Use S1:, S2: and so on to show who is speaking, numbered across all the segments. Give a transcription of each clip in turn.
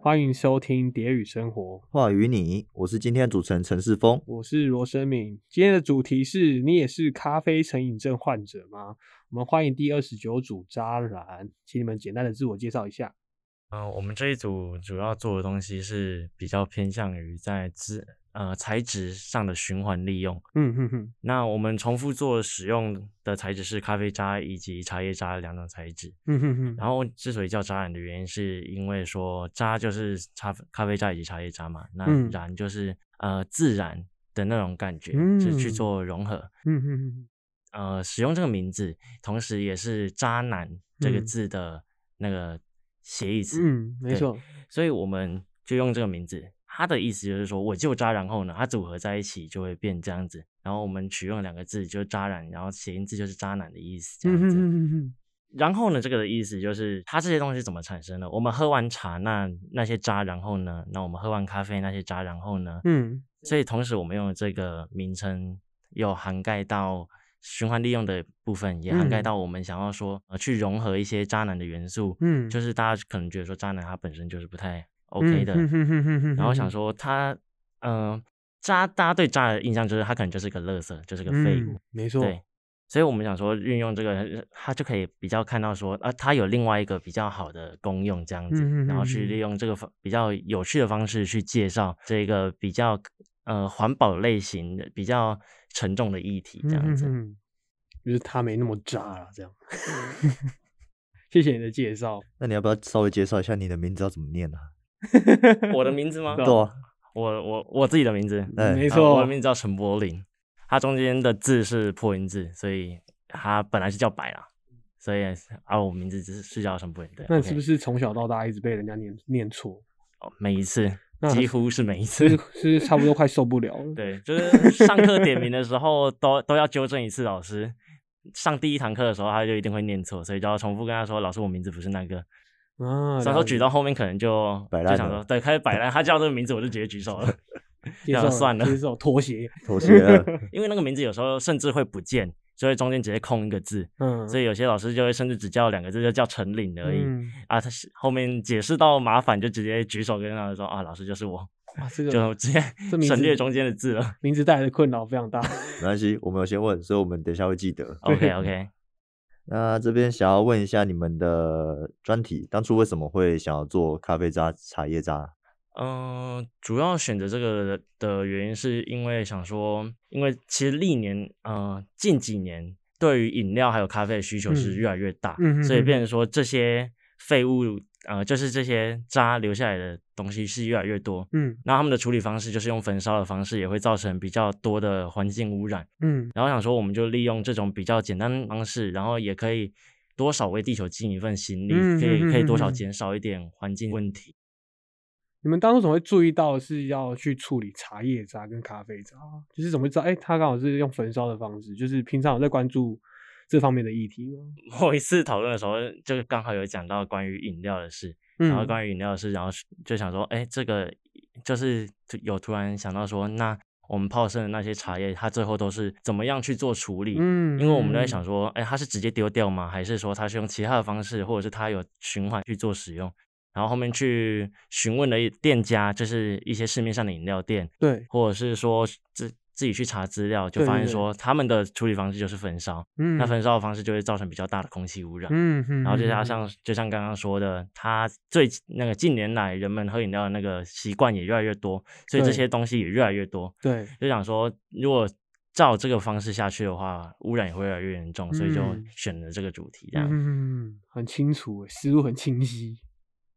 S1: 欢迎收听《蝶语生活》，
S2: 话与你，我是今天的主持人陈世峰。
S1: 我是罗生敏。今天的主题是你也是咖啡成瘾症患者吗？我们欢迎第二十九组渣男，请你们简单的自我介绍一下。
S3: 嗯、我们这一组主要做的东西是比较偏向于在资呃材质上的循环利用。
S1: 嗯哼哼，
S3: 那我们重复做使用的材质是咖啡渣以及茶叶渣两种材质。
S1: 嗯哼哼，
S3: 然后之所以叫渣染的原因，是因为说渣就是茶咖啡渣以及茶叶渣嘛，那
S1: 嗯
S3: 染就是、呃自然的那种感觉，是去
S1: 嗯
S3: 做融合。
S1: 嗯哼哼，
S3: 呃，使用这个名字，同时也是“渣男”这个
S1: 嗯
S3: 字的那个谐义词。
S1: 嗯，没
S3: 对
S1: 错，
S3: 所以我们就用这个名字。它的意思就是说，我就渣，然后呢，它组合在一起就会变这样子。然后我们取用两个字，就是渣男，然后谐音字就是渣男的意思，这
S1: 嗯
S3: 样
S1: 哼
S3: 子。
S1: 哼哼哼，
S3: 然后呢，这个的意思就是它这些东西怎么产生的？我们喝完茶，那那些渣，然后呢，那我们喝完咖啡那些渣，然后呢，
S1: 嗯
S3: 所以同时我们用的这个名称又涵盖到循环利用的部分，也涵盖
S1: 嗯
S3: 到我们想要说、呃去融合一些渣男的元素，
S1: 嗯，
S3: 就是是大家可能觉得说渣男他本身就是不太 OK 的，
S1: 哼哼哼哼哼
S3: 然后想
S1: 哼
S3: 说他，嗯、渣，大家对渣的印象就是他可能就是个垃圾，就是个
S1: 嗯
S3: 废物，
S1: 没错，
S3: 对。所以我们想说，运用这个，他就可以比较看到说，啊，他有另外一个比较好的功用这样子，
S1: 嗯哼
S3: 然后
S1: 哼
S3: 去
S1: 哼
S3: 利用这个方比较有趣的方式去介绍这个比较呃环保类型的、比较沉重的议题这样子。
S1: 嗯哼哼就是他没那么渣了，这样。
S3: 嗯
S1: 谢谢你的介绍。
S2: 那你要不要稍微介绍一下你的名字要怎么念呢、啊？
S3: 我的名字 吗？
S1: 对
S2: 对啊，
S3: 我我我自己的名字，
S2: 哎
S1: 没
S3: 呃
S1: 错，
S3: 我的名字叫陈柏霖，它中间的字是破音字，所以它本来是叫白啦，所以啊，我名字只是是叫陈柏霖。对，
S1: 那你是不
S3: 是、
S1: 是从小到大一直被人家念念错？
S3: 哦、每一次
S1: 那
S3: 几乎是每一次
S1: 是？是差不多快受不了了。
S3: 对，就是上课点名的时候都都要纠正一次老师。上第一堂课的时候，他就一定会念错，所以就要重复跟他说：“老师，我名字不是那个。”
S1: 啊，
S3: 所以说举到后面可能就
S2: 摆
S3: 就
S2: 烂
S3: 想
S2: 了
S3: 说，对，开始摆烂。他叫这个名字，我就直接举手了。
S1: 接
S3: 那
S1: 受
S3: 算了
S1: 接受妥协。
S2: 妥协了。
S3: 因为那个名字有时候甚至会不见，就会中间直接空一个字，
S1: 嗯，
S3: 所以有些老师就会甚至只叫两个字，就叫陈领而已、
S1: 嗯
S3: 啊。他是后面解释到麻烦，就直接举手跟他说啊，老师就是我，
S1: 哇，这个
S3: 就直接
S1: 这名字
S3: 省略中间的字了。
S1: 名字带来的困扰非常大。
S2: 没关系，我们有先问，所以我们等一下会记得。
S3: OK OK，
S2: 那这边想要问一下你们的专题，当初为什么会想要做咖啡渣、茶叶渣？
S3: 嗯、主要选择这个的原因是因为想说，因为其实历年呃近几年对于饮料还有咖啡的需求是
S1: 嗯
S3: 越来越大，
S1: 嗯哼
S3: 所以
S1: 哼
S3: 变
S1: 哼
S3: 成说这些废物呃就是这些渣留下来的东西是越来越多，
S1: 嗯
S3: 那他们的处理方式就是用焚烧的方式，也会造成比较多的环境污染。
S1: 嗯
S3: 然后想说，我们就利用这种比较简单的方式，然后也可以多少为地球尽一份心力，
S1: 嗯
S3: 可以可以多
S1: 嗯
S3: 少
S1: 嗯嗯
S3: 减少一点环境问题。
S1: 你们当初怎么会注意到是要去处理茶叶渣跟咖啡渣？就是怎么会知道？哎、他刚好是用焚烧的方式，就是平常有在关注这方面的议题吗？
S3: 某一次讨论的时候，就刚好有讲到关于饮料的事，
S1: 嗯，
S3: 然后关于饮料的事，然后就想说，哎，这个就是有突然想到说，那我们泡剩的那些茶叶，它最后都是怎么样去做处理？
S1: 嗯，
S3: 因为我们都在
S1: 嗯
S3: 想说，哎、它是直接丢掉吗？还是说它是用其他的方式，或者是它有循环去做使用？然后后面去询问了一店家，就是一些市面上的饮料店，
S1: 对，
S3: 或者是说自自己去查资料，就
S1: 对
S3: 发
S1: 对
S3: 现
S1: 对
S3: 说他们的处理方式就是焚烧，
S1: 嗯，
S3: 那焚烧的方式就会造成比较大的空气污染。
S1: 嗯，嗯，
S3: 然后就加
S1: 嗯
S3: 上，就像刚刚说的，它最那个近年来人们喝饮料的那个习惯也越来越多，所以这
S1: 对
S3: 些东西也越来越多。
S1: 对，
S3: 就想说，如果照这个方式下去的话，污染也会越来越严重，所以就
S1: 嗯
S3: 选了这个主题这样。
S1: 嗯，很清楚欸，思路很清晰。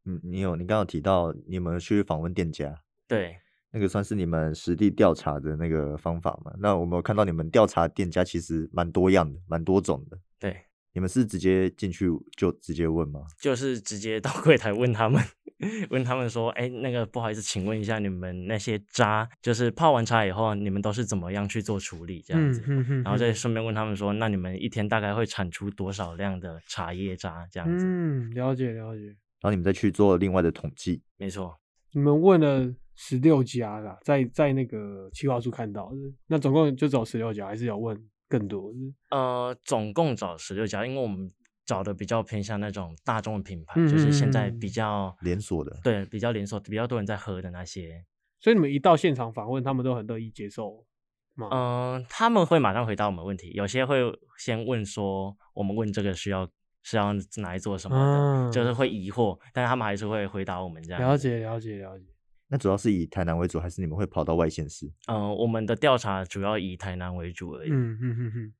S2: 嗯，你有你刚刚有提到你们去访问店家，
S3: 对，
S2: 那个算是你们实地调查的那个方法嘛？那我们有看到你们调查店家其实蛮多样的，蛮多种的。
S3: 对，
S2: 你们是直接进去就直接问吗？
S3: 就是直接到柜台问他们， 问他们说，哎，那个不好意思，请问一下你们那些渣，就是泡完茶以后，你们都是怎么样去做处理这样子？
S1: 嗯嗯
S3: 然后再顺便问他们说，那你们一天大概会产出多少量的茶叶渣这样子？
S1: 嗯，了解了解。
S2: 然后你们再去做另外的统计。
S3: 没错，
S1: 你们问了十六家啦，在在那个企划书看到的，那总共就只有十六家，还是有问更多的？
S3: 呃，总共找十六家，因为我们找的比较偏向那种大众的品牌，就是现在
S1: 嗯嗯嗯
S3: 比
S1: 嗯
S3: 较
S2: 连锁的
S3: 对，比较连锁、比较多人在喝的那些。
S1: 所以你们一到现场访问，他们都很乐意接受吗？
S3: 嗯、他们会马上回答我们问题，有些会先问说我们问这个需要是要拿来做什么的，
S1: 啊
S3: 就是会疑惑，但是他们还是会回答我们这样。
S1: 了。解了解了解。
S2: 那主要是以台南为主，还是你们会跑到外县市？
S3: 嗯、我们的调查主要以台南为主而已。
S1: 嗯嗯嗯嗯，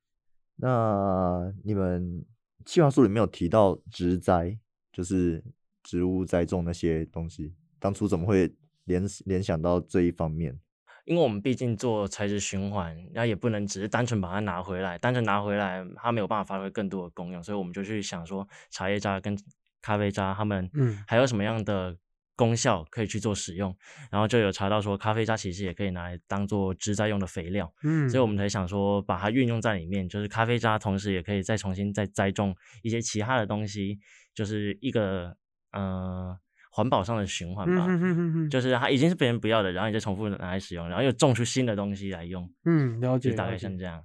S2: 那你们计划书里面有提到植栽，就是植物栽种那些东西，当初怎么会联联想到这一方面？
S3: 因为我们毕竟做材质循环，那也不能只是单纯把它拿回来，单纯拿回来它没有办法发挥更多的功用，所以我们就去想说茶叶渣跟咖啡渣它们
S1: 嗯
S3: 还有什么样的功效可以去做使用，然后就有查到说咖啡渣其实也可以拿来当做植栽用的肥料，
S1: 嗯，
S3: 所以我们才想说把它运用在里面，就是咖啡渣，同时也可以再重新再栽种一些其他的东西，就是一个呃环保上的循环
S1: 嗯
S3: 吧。
S1: 哼哼哼哼
S3: 就是它已经是别人不要的，然后你再重复拿来使用，然后又种出新的东西来用，
S1: 嗯了
S3: 就
S1: 解
S3: 大
S1: 了
S3: 概
S1: 解
S3: 像。这样。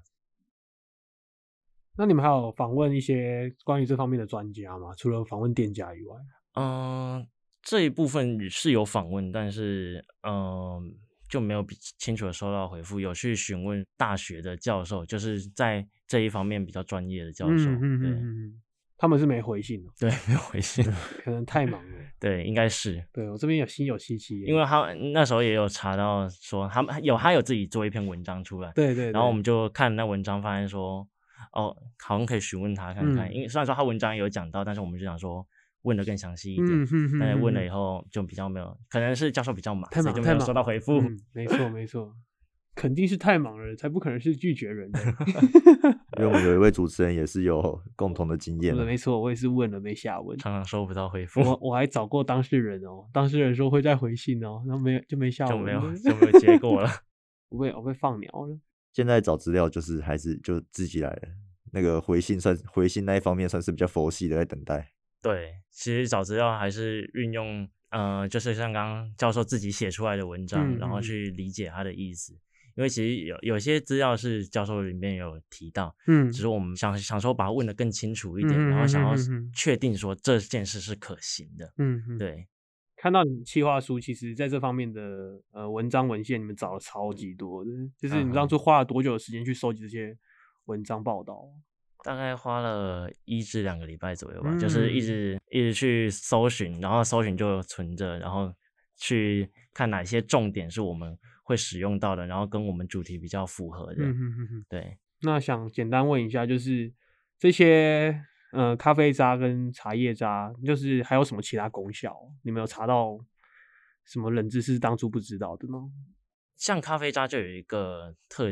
S1: 那你们还有访问一些关于这方面的专家吗？除了访问店家以外，
S3: 嗯、这一部分是有访问，但是嗯、就没有比清楚的收到回复。有去询问大学的教授，就是在这一方面比较专业的教授，
S1: 嗯嗯嗯嗯，他们是没回信哦，
S3: 对对，没有回信，
S1: 可能太忙了。
S3: 对，应该是。
S1: 对我这边有心有戚戚，
S3: 因为他那时候也有查到说，他们有他有自己做一篇文章出来，
S1: 对对，
S3: 然后我
S1: 对
S3: 们就看那文章，发现说，哦，好像可以询问他看看，
S1: 嗯
S3: 因为虽然说他文章也有讲到，但是我们就想说问的更详细一点，
S1: 嗯哼哼
S3: 但哎是问了
S1: 哼
S3: 以后就比较没有，可能是教授比较忙，
S1: 太
S3: 所
S1: 忙
S3: 以就没
S1: 太
S3: 有
S1: 忙
S3: 收到回复。
S1: 嗯，没错没错，肯定是太忙了，才不可能是拒绝 人的。
S2: 因为我们有一位主持人也是 有共同的经验
S1: 对
S2: 啊，
S1: 没错，我也是问了没下文。
S3: 常常收不到回复，
S1: 我我还找过当事人哦，当事人说会再回信哦，然后没有就没下
S3: 就
S1: 文，
S3: 没有 就没有结果了。
S1: 我被我被放鸟了。
S2: 现在找资料就是还是就自己来了。那个回信算回信那一方面算是比较佛系的在等待，
S3: 对，其实找资料还是运用，呃，就是像刚刚教授自己写出来的文章，
S1: 嗯
S3: 然后
S1: 嗯
S3: 去理解它的意思。因为其实有有些资料是教授里面有提到，
S1: 嗯
S3: 只是我们想想说把它问得更清楚一点，
S1: 嗯
S3: 然后想要
S1: 嗯嗯嗯
S3: 确定说这件事是可行的。
S1: 嗯嗯，
S3: 对，
S1: 看到你企划书，其实在这方面的呃文章文献，你们找了超级多的，就是你们当
S3: 嗯哼
S1: 初花了多久的时间去收集这些文章报道？哦
S3: 大概花了一至两个礼拜左右吧，就是
S1: 嗯
S3: 一直一直去搜寻，然后搜寻就存着，然后去看哪些重点是我们会使用到的，然后跟我们主题比较符合的。
S1: 嗯哼哼哼。
S3: 对。
S1: 那想简单问一下，就是这些呃咖啡渣跟茶叶渣，就是还有什么其他功效？哦你们有查到什么冷知识当初不知道的吗？
S3: 像咖啡渣就有一个特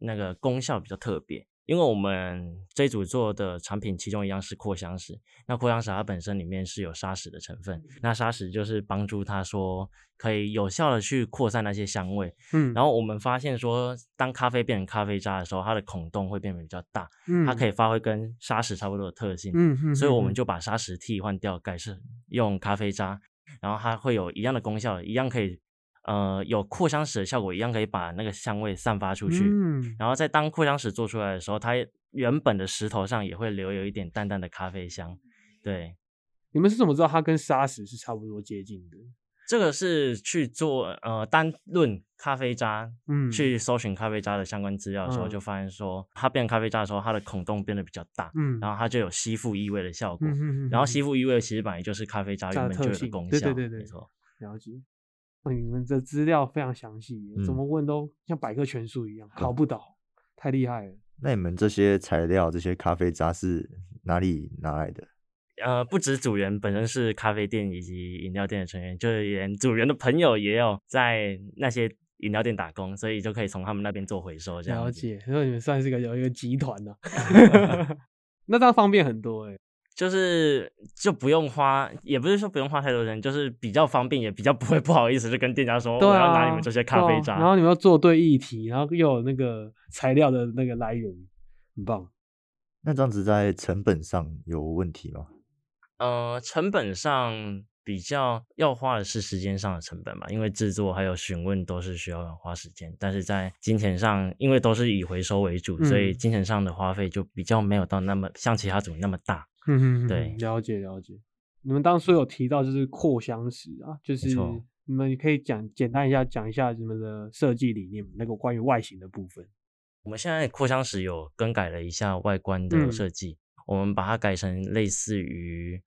S3: 那个功效比较特别，因为我们这一组做的产品其中一样是扩香石，那扩香石它本身里面是有沙石的成分，那沙石就是帮助它说可以有效的去扩散那些香味。
S1: 嗯，
S3: 然
S1: 后
S3: 后我们发现说，当咖啡变成咖啡渣的时候，它的孔洞会变得比较大，它可
S1: 以，
S3: 以发挥跟沙石差不多的特性。
S1: 嗯嗯，
S3: 所以我们
S1: 嗯
S3: 就把砂石替换掉，改是用咖啡渣，然后它会有一样的功效，一样可以，呃，有扩香石的效果，一样可以把那个香味散发出去。
S1: 嗯
S3: 然后在当扩香石做出来的时候，它原本的石头上也会留有一点淡淡的咖啡香。对，
S1: 你们是怎么知道它跟沙石是差不多接近的？
S3: 这个是去做呃单论咖啡渣。
S1: 嗯，
S3: 去搜寻咖啡渣的相关资料的时候，
S1: 嗯
S3: 就发现说，它变咖啡渣的时候，它的孔洞变得比较大，
S1: 嗯，
S3: 然后它就有吸附异味的效果。
S1: 嗯哼，嗯
S3: 然后
S1: 嗯
S3: 吸附异味其实本来就是咖啡渣
S1: 它
S3: 原
S1: 的
S3: 本
S1: 特
S3: 就有的
S1: 性
S3: 功效，
S1: 对对对对
S3: 没错。
S1: 了解。哦你们的资料非常详细耶，怎
S2: 嗯
S1: 么问都像百科全书一样，考不倒，太厉害了。
S2: 那你们这些材料、这些咖啡渣是哪里拿来的？
S3: 呃，不止组员本身是咖啡店以及饮料店的成员，就是连组员的朋友也有在那些饮料店打工，所以就可以从他们那边做回收这样。
S1: 了，解，所以你们算是个有一个集团 呢、那这样方便很多哎。
S3: 就是就不用花，也不是说不用花太多人，就是比较方便，也比较不会不好意思，就跟店家说、
S1: 对
S3: 我要
S1: 啊，
S3: 拿你们这些咖
S1: 对
S3: 啡
S1: 啊
S3: 渣。
S1: 然后你们要做对议题，然后又有那个材料的那个来源，很棒。
S2: 那这样子在成本上有问题吗？
S3: 呃，成本上。比较要花的是时间上的成本吧，因为制作还有询问都是需要花时间，但是在金钱上，因为都是以回收为主，所以
S1: 嗯
S3: 金钱上的花费就比较没有到那么像其他组那么大。
S1: 嗯哼哼
S3: 对
S1: 哼了解了解。你们当初有提到就是扩香石啊，就是
S3: 错
S1: 你们可以讲简单一下讲一下你们的设计理念，那个关于外形的部分。
S3: 我们现在扩香石有更改了一下外观的
S1: 嗯
S3: 设计，我们把它改成类似于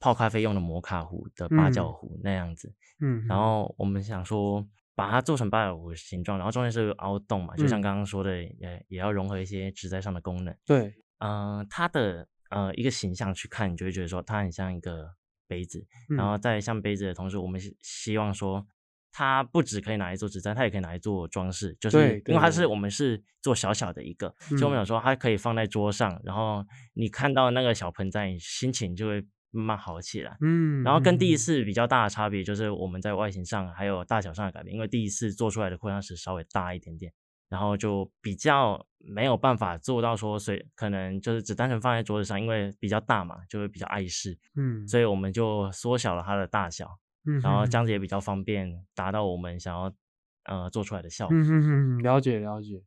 S3: 泡咖啡用的摩卡壶的八角
S1: 嗯
S3: 壶那样子，
S1: 嗯，
S3: 然后我们想说把它做成八角壶形状，然后中间是有凹洞嘛，就
S1: 嗯
S3: 像刚刚说的，也也要融合一些植栽上的功能。
S1: 对，
S3: 嗯、它的呃一个形象去看，你就会觉得说它很像一个杯子，然
S1: 嗯
S3: 后在像杯子的同时，我们希希望说，它不只可以拿来做纸张，它也可以拿来做装饰，就是
S1: 对
S3: 因
S1: 对
S3: 为它
S1: 对
S3: 是我们是做小小的一个，所以我们
S1: 嗯
S3: 想说它可以放在桌上，然后你看到那个小盆栽，你心情就会慢慢好起来。
S1: 嗯，
S3: 然后跟
S1: 嗯
S3: 第一
S1: 嗯
S3: 次比较大的差别就是我们在外形上还有大小上的改变，因为第一次做出来的扩香石稍微大一点点，然后就比较没有办法做到说随可能就是只单纯放在桌子上，因为比较大嘛，就会比较碍事，
S1: 嗯，
S3: 所以我们就缩小了它的大小，
S1: 嗯
S3: 然后
S1: 哼
S3: 这样子也比较方便达到我们想要呃做出来的效果。
S1: 嗯哼哼，了解了解。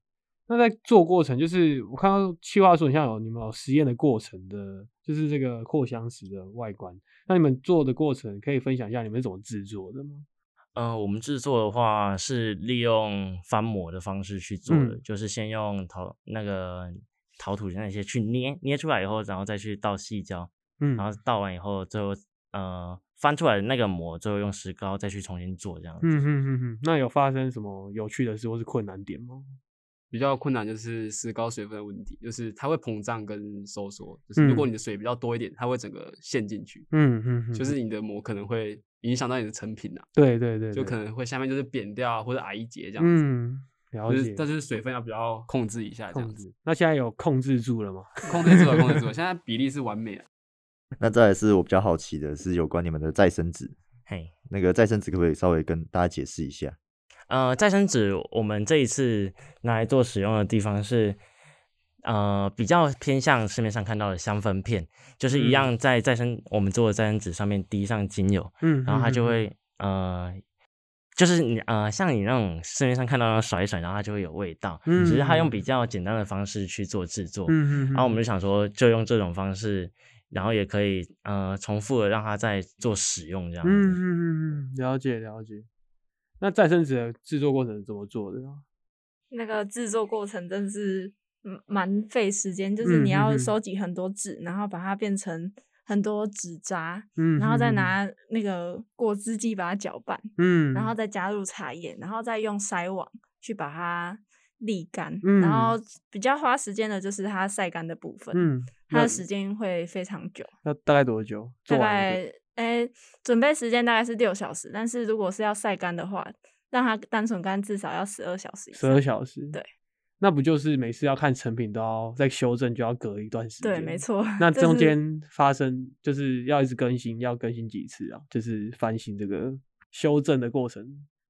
S1: 那在做过程，就是我看到企划书，你像有你们有实验的过程的，就是这个扩香石的外观。那你们做的过程可以分享一下你们是怎么制作的吗？
S3: 嗯、我们制作的话是利用翻模的方式去做的，
S1: 嗯
S3: 就是先用陶那个陶土那些去捏捏出来以后，然后再去倒细胶，
S1: 嗯
S3: 然后倒完以后最后呃翻出来的那个模，最后用石膏再去重新做这样子。
S1: 嗯哼哼哼，那有发生什么有趣的事或是困难点吗？
S4: 比较困难就是石膏水分的问题，就是它会膨胀跟收缩，就是如果
S1: 嗯
S4: 你的水比较多一点，它会整个陷进去，
S1: 嗯哼哼，
S4: 就是你的膜可能会影响到你的成品啊，
S1: 对对对，
S4: 就
S1: 对
S4: 可能会下面就是扁掉啊或者矮一截这样子。
S1: 嗯，了
S4: 就是，
S1: 解，
S4: 但是水分要比较控制一下，这样
S1: 控
S4: 子
S1: 制。那现在有控制住了吗？
S4: 控制住了，控制住 了。现 在比例是完美的，
S2: 那再来是我比较好奇的是有关你们的再生纸，
S3: 嘿，
S2: 那个再生纸可不可以稍微跟大家解释一下？
S3: 呃，再生纸我们这一次拿来做使用的地方是，呃，比较偏向市面上看到的香氛片，就是一
S1: 嗯
S3: 样在再生、我们做的再生纸上面滴上精油，
S1: 嗯，
S3: 然后它
S1: 嗯
S3: 就
S1: 嗯嗯
S3: 会呃，就是你呃，像你那种市面上看到的甩一甩，然后它就会有味道，只是它用比
S1: 嗯
S3: 较简单的方式去做制作。
S1: 嗯哼哼，
S3: 然后我们就想说，就用这种方式，然后也可以呃重复的让它再做使用这样子。
S1: 嗯嗯嗯嗯，了解了解。那再生纸的制作过程是怎么做的啊？
S5: 那个制作过程真的是嗯蛮费时间，就是
S1: 嗯
S5: 你
S1: 嗯
S5: 要
S1: 嗯
S5: 收集很多纸，然后把它变成很多纸渣，
S1: 嗯，
S5: 然后再
S1: 嗯，
S5: 拿那个果汁机把它搅拌，
S1: 嗯，
S5: 然后再加入茶叶，然后再用筛网去把它沥干，
S1: 嗯
S5: 然后比较花时间的就是它晒干的部分，
S1: 嗯，
S5: 它
S1: 那
S5: 的时间会非常久，
S1: 要大概多久？
S5: 大
S1: 做完一个
S5: 概诶、准备时间大概是六小时，但是如果是要晒干的话，让它单纯干至少要十二小时以
S1: 十
S5: 上，
S1: 二小时，
S5: 对，
S1: 那不就是每次要看成品都要再修正，就要隔一段时间？
S5: 对，没。错。
S1: 那
S5: 就
S1: 中
S5: 是
S1: 间发生就是要一直更新，要更新几次啊？就是翻新这个修正的过程。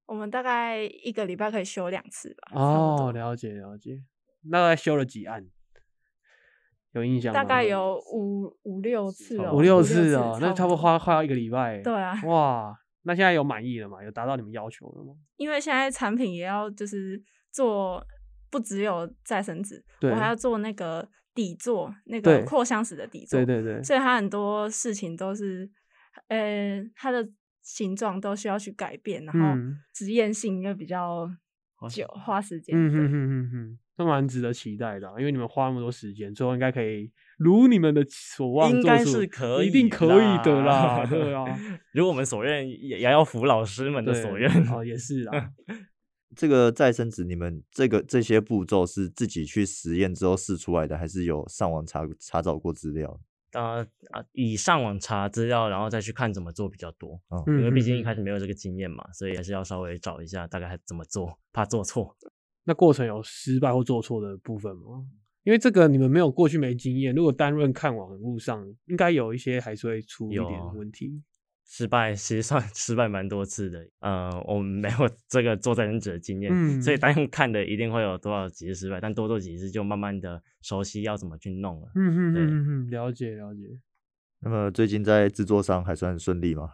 S5: 我们大概一个礼拜可以修两次吧，差不
S1: 哦，
S5: 多
S1: 了解了解。那大概修了几案？有印象吗？
S5: 大概有五五六次哦，
S1: 五六
S5: 次
S1: 次哦，那差不多花快要一个礼拜。
S5: 对啊
S1: 哇，那现在有满意了吗？有达到你们要求了吗？
S5: 因为现在产品也要就是做，不只有再生纸，
S1: 对
S5: 我还要做那个底座，那
S1: 对
S5: 个扩香石的底座，
S1: 对对对，
S5: 所以它很多事情都是，呃，它的形状都需要去改变，然后
S1: 嗯
S5: 实验性又比较
S3: 花时
S5: 久，
S3: 间
S5: 花时间，
S1: 嗯
S5: 对
S1: 哼哼哼哼，那蛮值得期待的啊、因为你们花那么多时间，最后应该可以如你们的所望
S3: 应
S1: 做
S3: 该
S1: 出
S3: 是可以，
S1: 一定可以的啦， 对啊，
S3: 如果我们所愿，也也要服老师们的
S1: 对
S3: 所愿。
S1: 哦，也是 啦，
S2: 这个再生纸，你们这个这些步骤是自己去实验之后试出来的，还是有上网查查找过资料？
S3: 呃啊，以上网查资料，然后再去看怎么做比较多，
S1: 嗯
S3: 因为毕竟
S1: 嗯
S3: 一
S1: 嗯
S3: 开始没有这个经验嘛，所以还是要稍微找一下大概怎么做，怕做错。
S1: 那过程有失败或做错的部分吗？因为这个你们没有过去没经验，如果单论看网路上，应该有一些还是会出一
S3: 有啊
S1: 点问题。
S3: 失败其实算 失败蛮多次的，呃，我们没有这个做再生者的经验，所以
S1: 嗯
S3: 单用看的一定会有多少几次失败，但多做几次就慢慢的熟悉要怎么去弄了。
S1: 嗯哼
S3: 对
S1: 哼哼哼，了解了解。
S2: 那么最近在制作上还算顺利吗？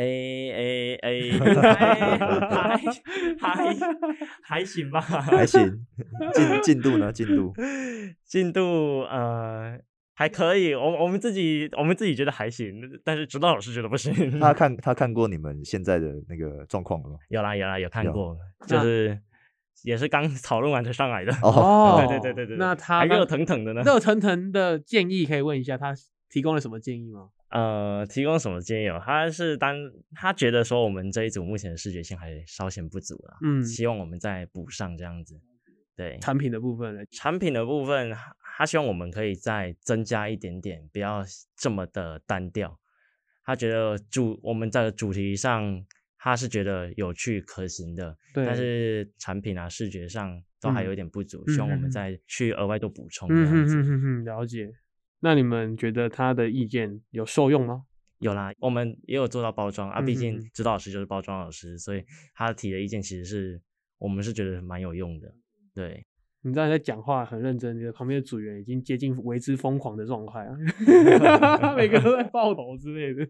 S3: 哎哎 哎，还还 还行吧，
S2: 还 行，进进度呢？进度
S3: 进度呃还可以，我我们自己我们自己觉得还行，但是指导老师觉得不行。
S2: 他看他看过你们现在的那个状况了吗？
S3: 有啦有啦有看
S2: 有
S3: 过，就
S1: 那
S3: 是也是刚 讨论完才上来的。
S1: 哦
S3: 对对对对对，
S1: 那他
S3: 还
S1: 刚
S3: 热腾腾的呢。
S1: 热腾腾的建议可以问一下，他提供了什么建议吗？
S3: 呃，提供什么建议哦？他是当他觉得说我们这一组目前的视觉性还稍显不足啦，
S1: 嗯
S3: 希望我们再补上这样子。对，
S1: 产品的部分呢？
S3: 产品的部分，他他希望我们可以再增加一点点，不要这么的单调。他觉得主我们在主题上，他是觉得有趣可行的，
S1: 对，
S3: 但是产品啊视觉上都还有一点不足，希望我
S1: 嗯嗯嗯
S3: 们再去额外多补充这
S1: 嗯
S3: 样
S1: 哼
S3: 子。
S1: 哼哼哼，了解。那你们觉得他的意见有受用吗？
S3: 有啦，我们也有做到包装啊，
S1: 嗯
S3: 毕
S1: 嗯
S3: 竟
S1: 嗯
S3: 指导老师就是包装老师，所以他提的意见其实是我们是觉得蛮有用的。对，
S1: 你知道你在讲话很认真，你的旁边的组员已经接近为之疯狂的状态啊，每个都在爆头之类 的。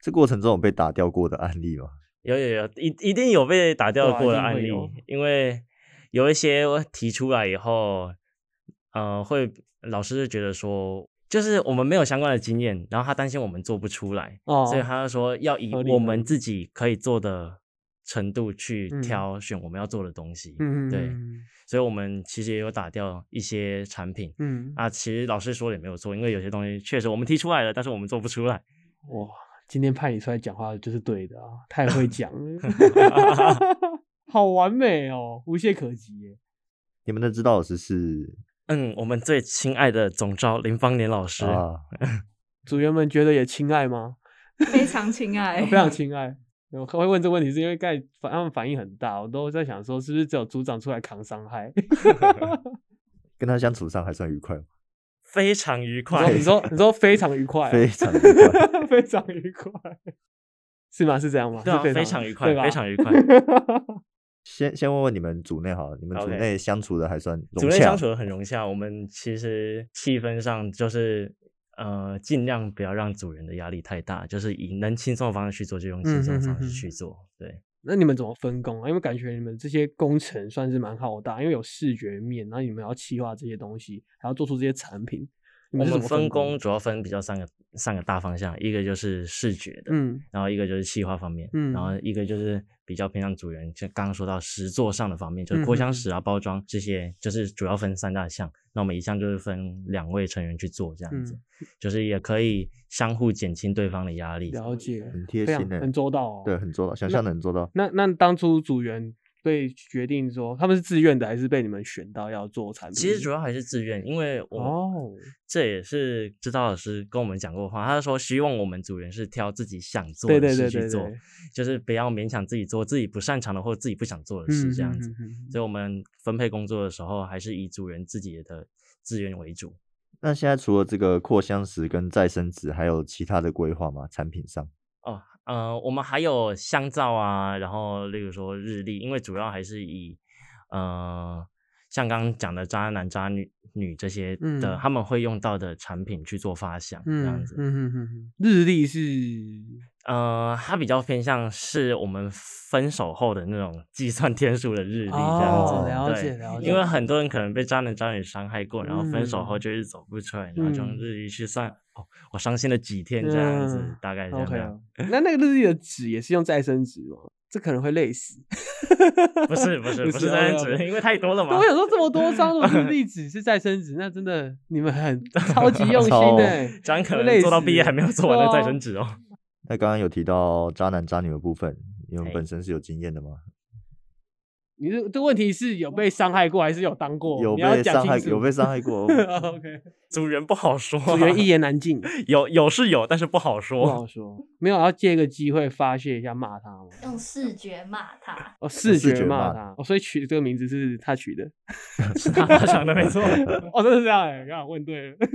S2: 这过程中有被打掉过的案例吗？
S3: 有有有，一一定有被打掉
S1: 对啊一
S3: 过的
S1: 定
S3: 案
S1: 会
S3: 例
S1: 有，
S3: 因为有一些我提出来以后，呃，会老师就觉得说，就是我们没有相关的经验，然后他担心我们做不出来，
S1: 哦，
S3: 所以他就说要以
S1: 合理
S3: 我
S1: 合
S3: 们
S1: 理
S3: 自己可以做的程度去
S1: 嗯
S3: 挑选我们要做的东西。
S1: 嗯，嗯
S3: 对
S1: 嗯
S3: 所以我们其实也有打掉一些产品。
S1: 嗯，
S3: 啊，其实老师说的也没有错，因为有些东西确实我们提出来了，但是我们做不出来。
S1: 哇，今天派你出来讲话就是对的啊，太会讲 了，好完美哦，无懈可击耶。
S2: 你们的指导老师是
S3: 嗯，我们最亲爱的总招林芳年老师，
S2: 啊，
S1: 组员们觉得也亲爱吗？
S5: 非常亲爱
S1: 我哦非常亲爱。我会问这问题是因为盖反他们反应很大，我都在想说是不是只有组长出来扛伤害？
S2: 跟他相处上还算愉快吗，
S3: 非常愉
S1: 你
S3: 快
S1: 说。你说你说非常愉快啊、
S2: 非常愉快。
S1: 非常愉快，是吗？是这样吗？
S3: 对啊，
S1: 是
S3: 非常愉快，非常愉快。
S1: 愉快。
S2: 先先问问你们组内好了，你们组
S3: OK
S2: 内相处的还算
S3: 组
S2: 融
S3: 内
S2: 洽
S3: 相
S2: 吗
S3: 处的很融洽，我们其实气氛上就是呃，尽量不要让组员的压力太大，就是以能轻松的方式去做就用轻松
S1: 嗯
S3: 的
S1: 哼
S3: 方式
S1: 哼
S3: 去做。对，
S1: 那你们怎么分工啊？因为感觉你们这些工程算是蛮浩大，因为有视觉面，然后你们要企划这些东西，还要做出这些产品。你
S3: 我
S1: 们是
S3: 们
S1: 怎么
S3: 分
S1: 工
S3: 工？主要分比较三个三个大方向，一个就是视觉的，
S1: 嗯
S3: 然后一个就是企划方面，
S1: 嗯
S3: 然后一个就是比较偏向组员，就刚刚说到实作上的方面，就是扩
S1: 嗯
S3: 香
S1: 哼
S3: 石啊、包装这些，就是主要分三大项。那我们一项就是分两位成员去做这样子，
S1: 嗯
S3: 就是也可以相互减轻对方的压力。
S1: 了解，
S2: 很贴
S1: 非
S2: 心
S1: 常
S2: 欸
S1: 很周到哦。
S2: 对，很做到，想象的很做到。
S1: 那那当初组员被决定说他们是自愿的，还是被你们选到要做产品？
S3: 其实主要还是自愿，因为我、
S1: 嗯哦，
S3: 这也是指导老师跟我们讲过的话，他说希望我们组员是挑自己想做
S1: 对
S3: 的
S1: 对
S3: 事
S1: 对
S3: 去
S1: 对
S3: 做，
S1: 对，
S3: 就是不要勉强自己做自己不擅长的或自己不想做的事这样子。
S1: 嗯嗯嗯
S3: 所以我们分配工作的时候，还是以主人自己的资源为主。
S2: 那现在除了这个扩香石跟再生纸，还有其他的规划吗？产品上
S3: 哦，呃，我们还有香皂啊，然后例如说日历，因为主要还是以呃，像刚刚讲的渣男渣女女这些的，
S1: 嗯
S3: 他们会用到的产品去做发想，这样
S1: 嗯
S3: 子。
S1: 嗯嗯嗯嗯，日历是
S3: 呃，它比较偏向是我们分手后的那种 计算天数的日历这样子。
S1: 哦，了
S3: 对
S1: 解了解，
S3: 因为很多人可能被渣男渣女伤害过，然后分手后
S1: 嗯
S3: 就是走不出来，然后就用
S1: 嗯
S3: 日历去算，哦，我伤心了几天这样子，
S1: 嗯
S3: 大概这样
S1: OK，
S3: 这
S1: 啊
S3: 样。
S1: 那那个日历的纸也是用再生纸吗？这可能会累死。
S3: 不是 不是不是这样
S1: OK，OK
S3: 子，因为太多了嘛
S1: 我。想说这么多张的日历纸是再生纸，那真的你们很超 级用心欸
S2: 超
S1: 的、
S3: 这样可
S1: 会
S3: 能
S1: 累
S3: 做到
S1: 死
S3: 毕业还没有做完
S1: 对
S3: 的再
S1: 啊
S3: 生纸哦。
S2: 那刚刚有提到渣男渣女的部分，你们
S3: 哎
S2: 本身是有经验的吗？
S1: 你这这问题是有被伤害过还是有当过？
S2: 有
S1: 你要
S2: 被
S1: 讲
S2: 伤
S1: 清
S2: 害，
S1: 楚
S2: 有被。伤害过哦
S1: OK，
S3: 组员不好说啊，
S1: 组员一言难尽，
S3: 有有是有，但是不好
S1: 不
S3: 说。
S1: 好说。没有要借个机会发泄一下骂他吗？
S6: 用视觉骂他，
S1: 哦，视
S2: 视
S1: 觉
S2: 觉
S1: 骂
S2: 骂
S1: 他。哦，所以取这个名字是他取的。
S3: 是他 他想的 没错。
S1: 哦，真的是这样哎、刚好问对了。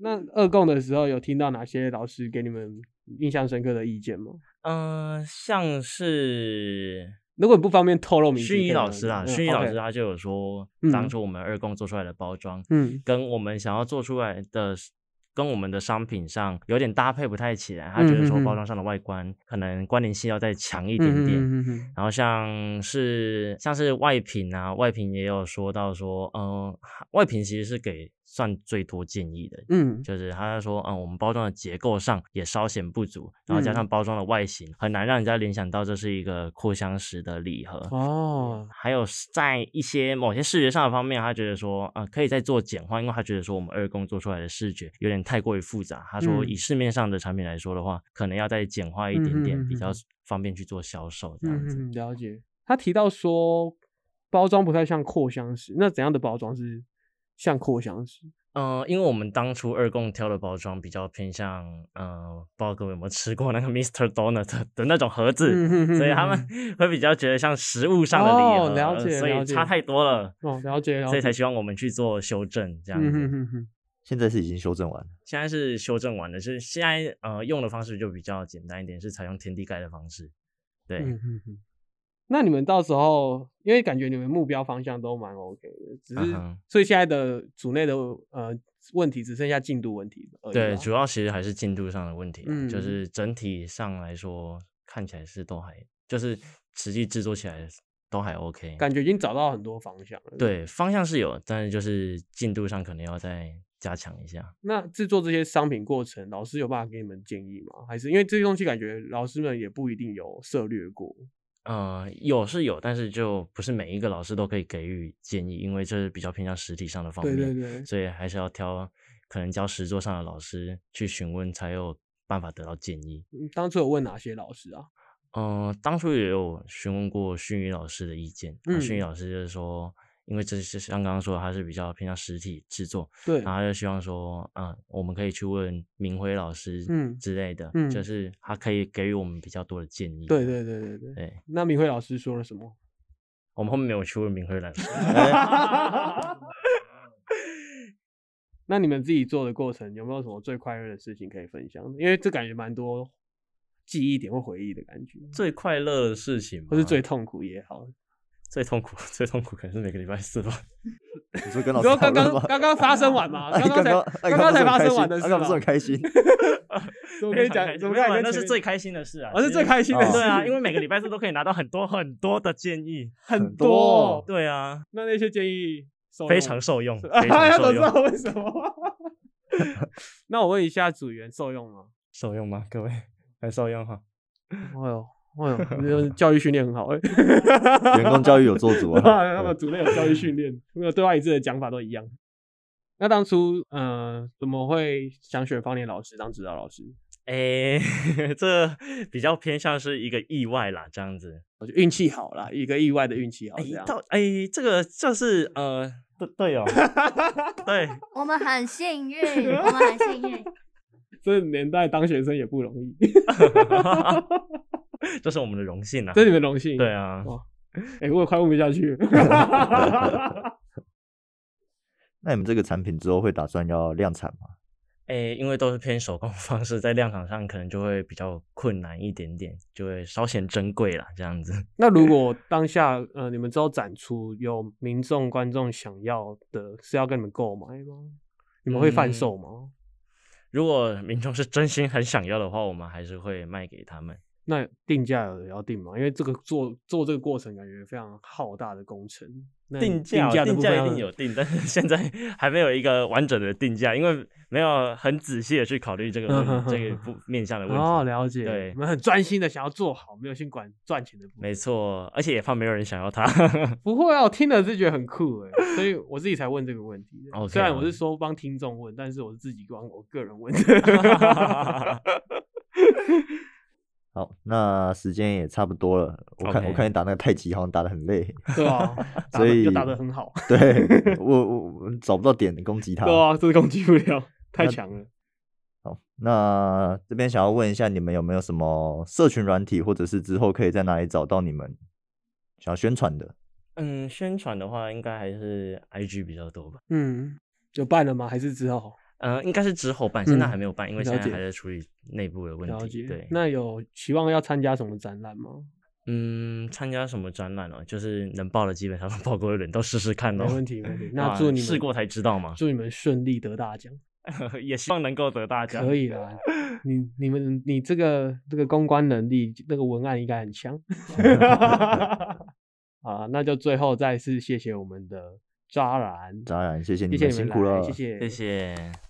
S1: 那二供的时候有听到哪些老师给你们印象深刻的意见吗？
S3: 嗯、像是
S1: 如果你不方便透露名字，
S3: 薰
S1: 可以
S3: 衣老
S1: 吗
S3: 师啊，
S1: 嗯
S3: 薰衣老
S1: OK
S3: 师他就有说，
S1: 嗯
S3: 当初我们二供做出来的包装，
S1: 嗯
S3: 跟我们想要做出来的跟我们的商品上有点搭配不太起来，他觉得
S1: 嗯
S3: 说
S1: 嗯嗯嗯
S3: 包装上的外观可能关联性要再强一
S1: 一
S3: 点点。然后像是像是外品啊，外品也有说到说，嗯、外品其实是给算最多建议的，
S1: 嗯
S3: 就是他说，嗯，我们包装的结构上也稍显不足，然后加上
S1: 嗯
S3: 包装的外形，很难让人家联想到这是一个扩香石的礼盒。
S1: 哦，
S3: 还有是在一些某些视觉上的方面，他觉得说，啊、可以再做简化，因为他觉得说我们二宫做出来的视觉有点太过于复杂。他说，
S1: 嗯
S3: 以市面上的产品来说的话，可能要再简化一点
S1: 嗯嗯嗯
S3: 点，比
S1: 嗯
S3: 较方便去做销售这样子。
S1: 嗯，了解。他提到说包装不太像扩香石，那怎样的包装是像扩香石？
S3: 嗯、因为我们当初二供挑的包装比较偏向，呃，不知道各位有没有吃过那个 Mr. Donut 的的那种盒子，
S1: 嗯哼哼
S3: 所以他
S1: 哼
S3: 们会比较觉得像食物上的礼盒，
S1: 哦了解
S3: 所
S1: 了
S3: 以
S1: 解
S3: 差太多了，
S1: 哦，了解了解，
S3: 所以才希望我们去做修正这样子。
S1: 嗯哼哼哼，
S2: 现在是已经修正完了，
S3: 现在是修正完的，是现在呃用的方式就比较简单一点，是采用天地盖的方式。对，
S1: 嗯哼哼。那你们到时候，因为感觉你们目标方向都蛮 OK 的，只
S3: 嗯
S1: 是、
S3: 哼
S1: 所以现在的组内的呃问题只剩下进度问题而已
S3: 对，
S1: 吧
S3: 主要其实还是进度上的问题、啊，
S1: 啊嗯
S3: 就是整体上来说看起来是都还，就是实际制作起来都还 OK。
S1: 感觉已经找到很多方向了。，
S3: 对方向是有，但是就是进度上可能要再加强一下。
S1: 那制作这些商品过程，老师有办法给你们建议吗？还是因为这些东西感觉老师们也不一定有涉略过？
S3: 呃，有是有，但是就不是每一个老师都可以给予建议，因为这是比较偏向实体上的方
S1: 对
S3: 面。
S1: 对对，
S3: 所以还是要挑可能教实作上的老师去询问，才有办法得到建议。
S1: 嗯当初有问哪些老师啊？
S3: 嗯、当初也有询问过训语老师的意见，那训语
S1: 嗯
S3: 老师就是说，因为这是像刚刚说的，他是比较偏向实体制作，
S1: 对，
S3: 然后他就希望说，嗯、我们可以去问明辉老师，
S1: 嗯
S3: 之类的，
S1: 嗯
S3: 就是他可以给予我们比较多的建议。
S1: 对对对对对。
S3: 对，
S1: 那明慧老师说了什么？
S3: 我们后面没有去问明 辉老师。
S1: 那你们自己做的过程有没有什么最快乐的事情可以分享？因为这感觉蛮多记忆点或回忆的感觉，
S3: 最快乐的事情吗，
S1: 或是最痛苦也好。
S3: 最痛苦， 最痛苦可能是每个礼拜四吧。
S2: 你说跟老
S1: 你
S2: 师
S1: 说
S2: 讨
S1: 刚
S2: 论
S1: 刚
S2: 吗？
S1: 刚刚发生完嘛？
S2: 哎
S1: 刚
S2: 刚
S1: 才
S2: 刚哎
S1: 刚刚才发生完的事
S2: 刚刚不是
S1: 吧
S2: 很？开心，
S1: 怎么可
S3: 非
S1: 以
S3: 常
S1: 讲？
S3: 开
S1: 怎
S3: 心
S1: 么
S3: 没
S1: 可以
S3: 有啊
S1: 跟
S3: 那是
S1: 前
S3: 最
S1: 面
S3: 开心的事啊！
S1: 哦是
S3: 其
S1: 最
S3: 实
S1: 开心的
S2: 哦
S1: 事
S3: 对啊，因为每个礼拜四都可以拿到很多很多的建议。
S1: 很
S2: 很多
S1: 多。
S3: 对啊，
S1: 那那些建议受
S3: 非
S1: 用
S3: 常
S1: 吗
S3: 受用，非
S1: 大
S3: 常
S1: 家
S3: 受
S1: 都知道
S3: 用，
S1: 为什么。 那我问一下组员受用吗？
S3: 受用吗？各位很受用哈。
S1: 哎呦，哎 呦，你们教育训练很好 哎、
S2: 员工教育有做足
S1: 对啊， 他
S2: 啊
S1: 们。组内有教育训练，没有对外一致的讲法都一样。那当初，嗯、怎么会想选方年老师当指导老师？
S3: 诶， 这比较偏向是一个意外啦，这样子。
S1: 我就运气好啦，一个意外的运气好，
S3: 哎
S1: 哦这，样。
S3: 到哎，这个就是 呃，对对哦， 对，
S6: 我们很幸运，我们很幸运。
S1: 这年代当学生也不容易，
S3: 这是我们的荣幸啊
S1: 这。是你们荣幸。
S3: 对，啊，
S1: 哇哎、我也快问不下去了。
S2: 那你们这个产品之后会打算要量产吗？
S3: 诶，因为都是偏手工方式，在量产上可能就会比较困难一点点，就会稍显珍贵啦，这样子。
S1: 那如果当下，呃，你们之后展出有民众观众想要的，是要跟你们购买吗？你们会贩
S3: 嗯
S1: 售吗？
S3: 如果民众是真心很想要的话，我们还是会卖给他们。
S1: 那定价有要定吗？因为这个做做这个过程感觉非常浩大的工程。那你定价的
S3: 定
S1: 部分
S3: 价
S1: 要
S3: 一定有定，但是现在 还没有一个完整的定价，因为没有很仔细的去考虑这个
S1: 嗯哼
S3: 问
S1: 哼
S3: 这个
S1: 哼
S3: 部面向的问题。
S1: 哦，了解。
S3: 对
S1: 我们很专心的想要做好，没有先管赚钱的部分。
S3: 没错，而且也怕没有人想要它。
S1: 不会啊，我听了是觉得很酷哎，所以我自己才问这个问题的。
S3: OK
S1: 虽然
S3: 啊
S1: 我是说帮听众问，但是我是自己帮我个人 问的。
S2: 好，那时间也差不多了。我看
S3: OK
S2: 我看你打那个太极好像打得 很累，
S1: 对 啊，打
S2: 所
S1: 得
S2: 以
S1: 就打得很好。
S2: 对我我我找不到点攻击他。
S1: 对啊，这攻击不了，太
S2: 那
S1: 强了。
S2: 好，那这边想要问一下，你们有没有什么社群软体，或者是之后可以在哪里找到你们想要宣传的？
S3: 嗯，宣传的话应该还是 IG 比较多吧。
S1: 嗯，有办了吗？还是只好
S3: 呃，应该是之后办，现在
S1: 嗯
S3: 还没有办，因为
S1: 了
S3: 现在
S1: 解
S3: 还在处理内部的问
S1: 了
S3: 题。
S1: 解
S3: 对，？
S1: 那有期望要参加什么展览吗？
S3: 嗯，参加什么展览哦？就是能报的基本上都报过一轮，都试试看
S1: 没
S3: 哦。
S1: 问题，没问题。那
S3: 哇
S1: 祝你们
S3: 试过才知道嘛。
S1: 祝你们顺利得大奖。
S3: 也希望能够得大奖。
S1: 可以啦，你你们你这个这个公关能力，那个文案应该很强。啊，那就最后再次谢谢我们的渣然，
S2: 当然，谢谢
S1: 谢
S2: 你
S1: 谢
S2: 们
S1: 你们
S2: 辛苦
S1: 来
S2: 了，
S1: 谢谢
S3: 谢谢。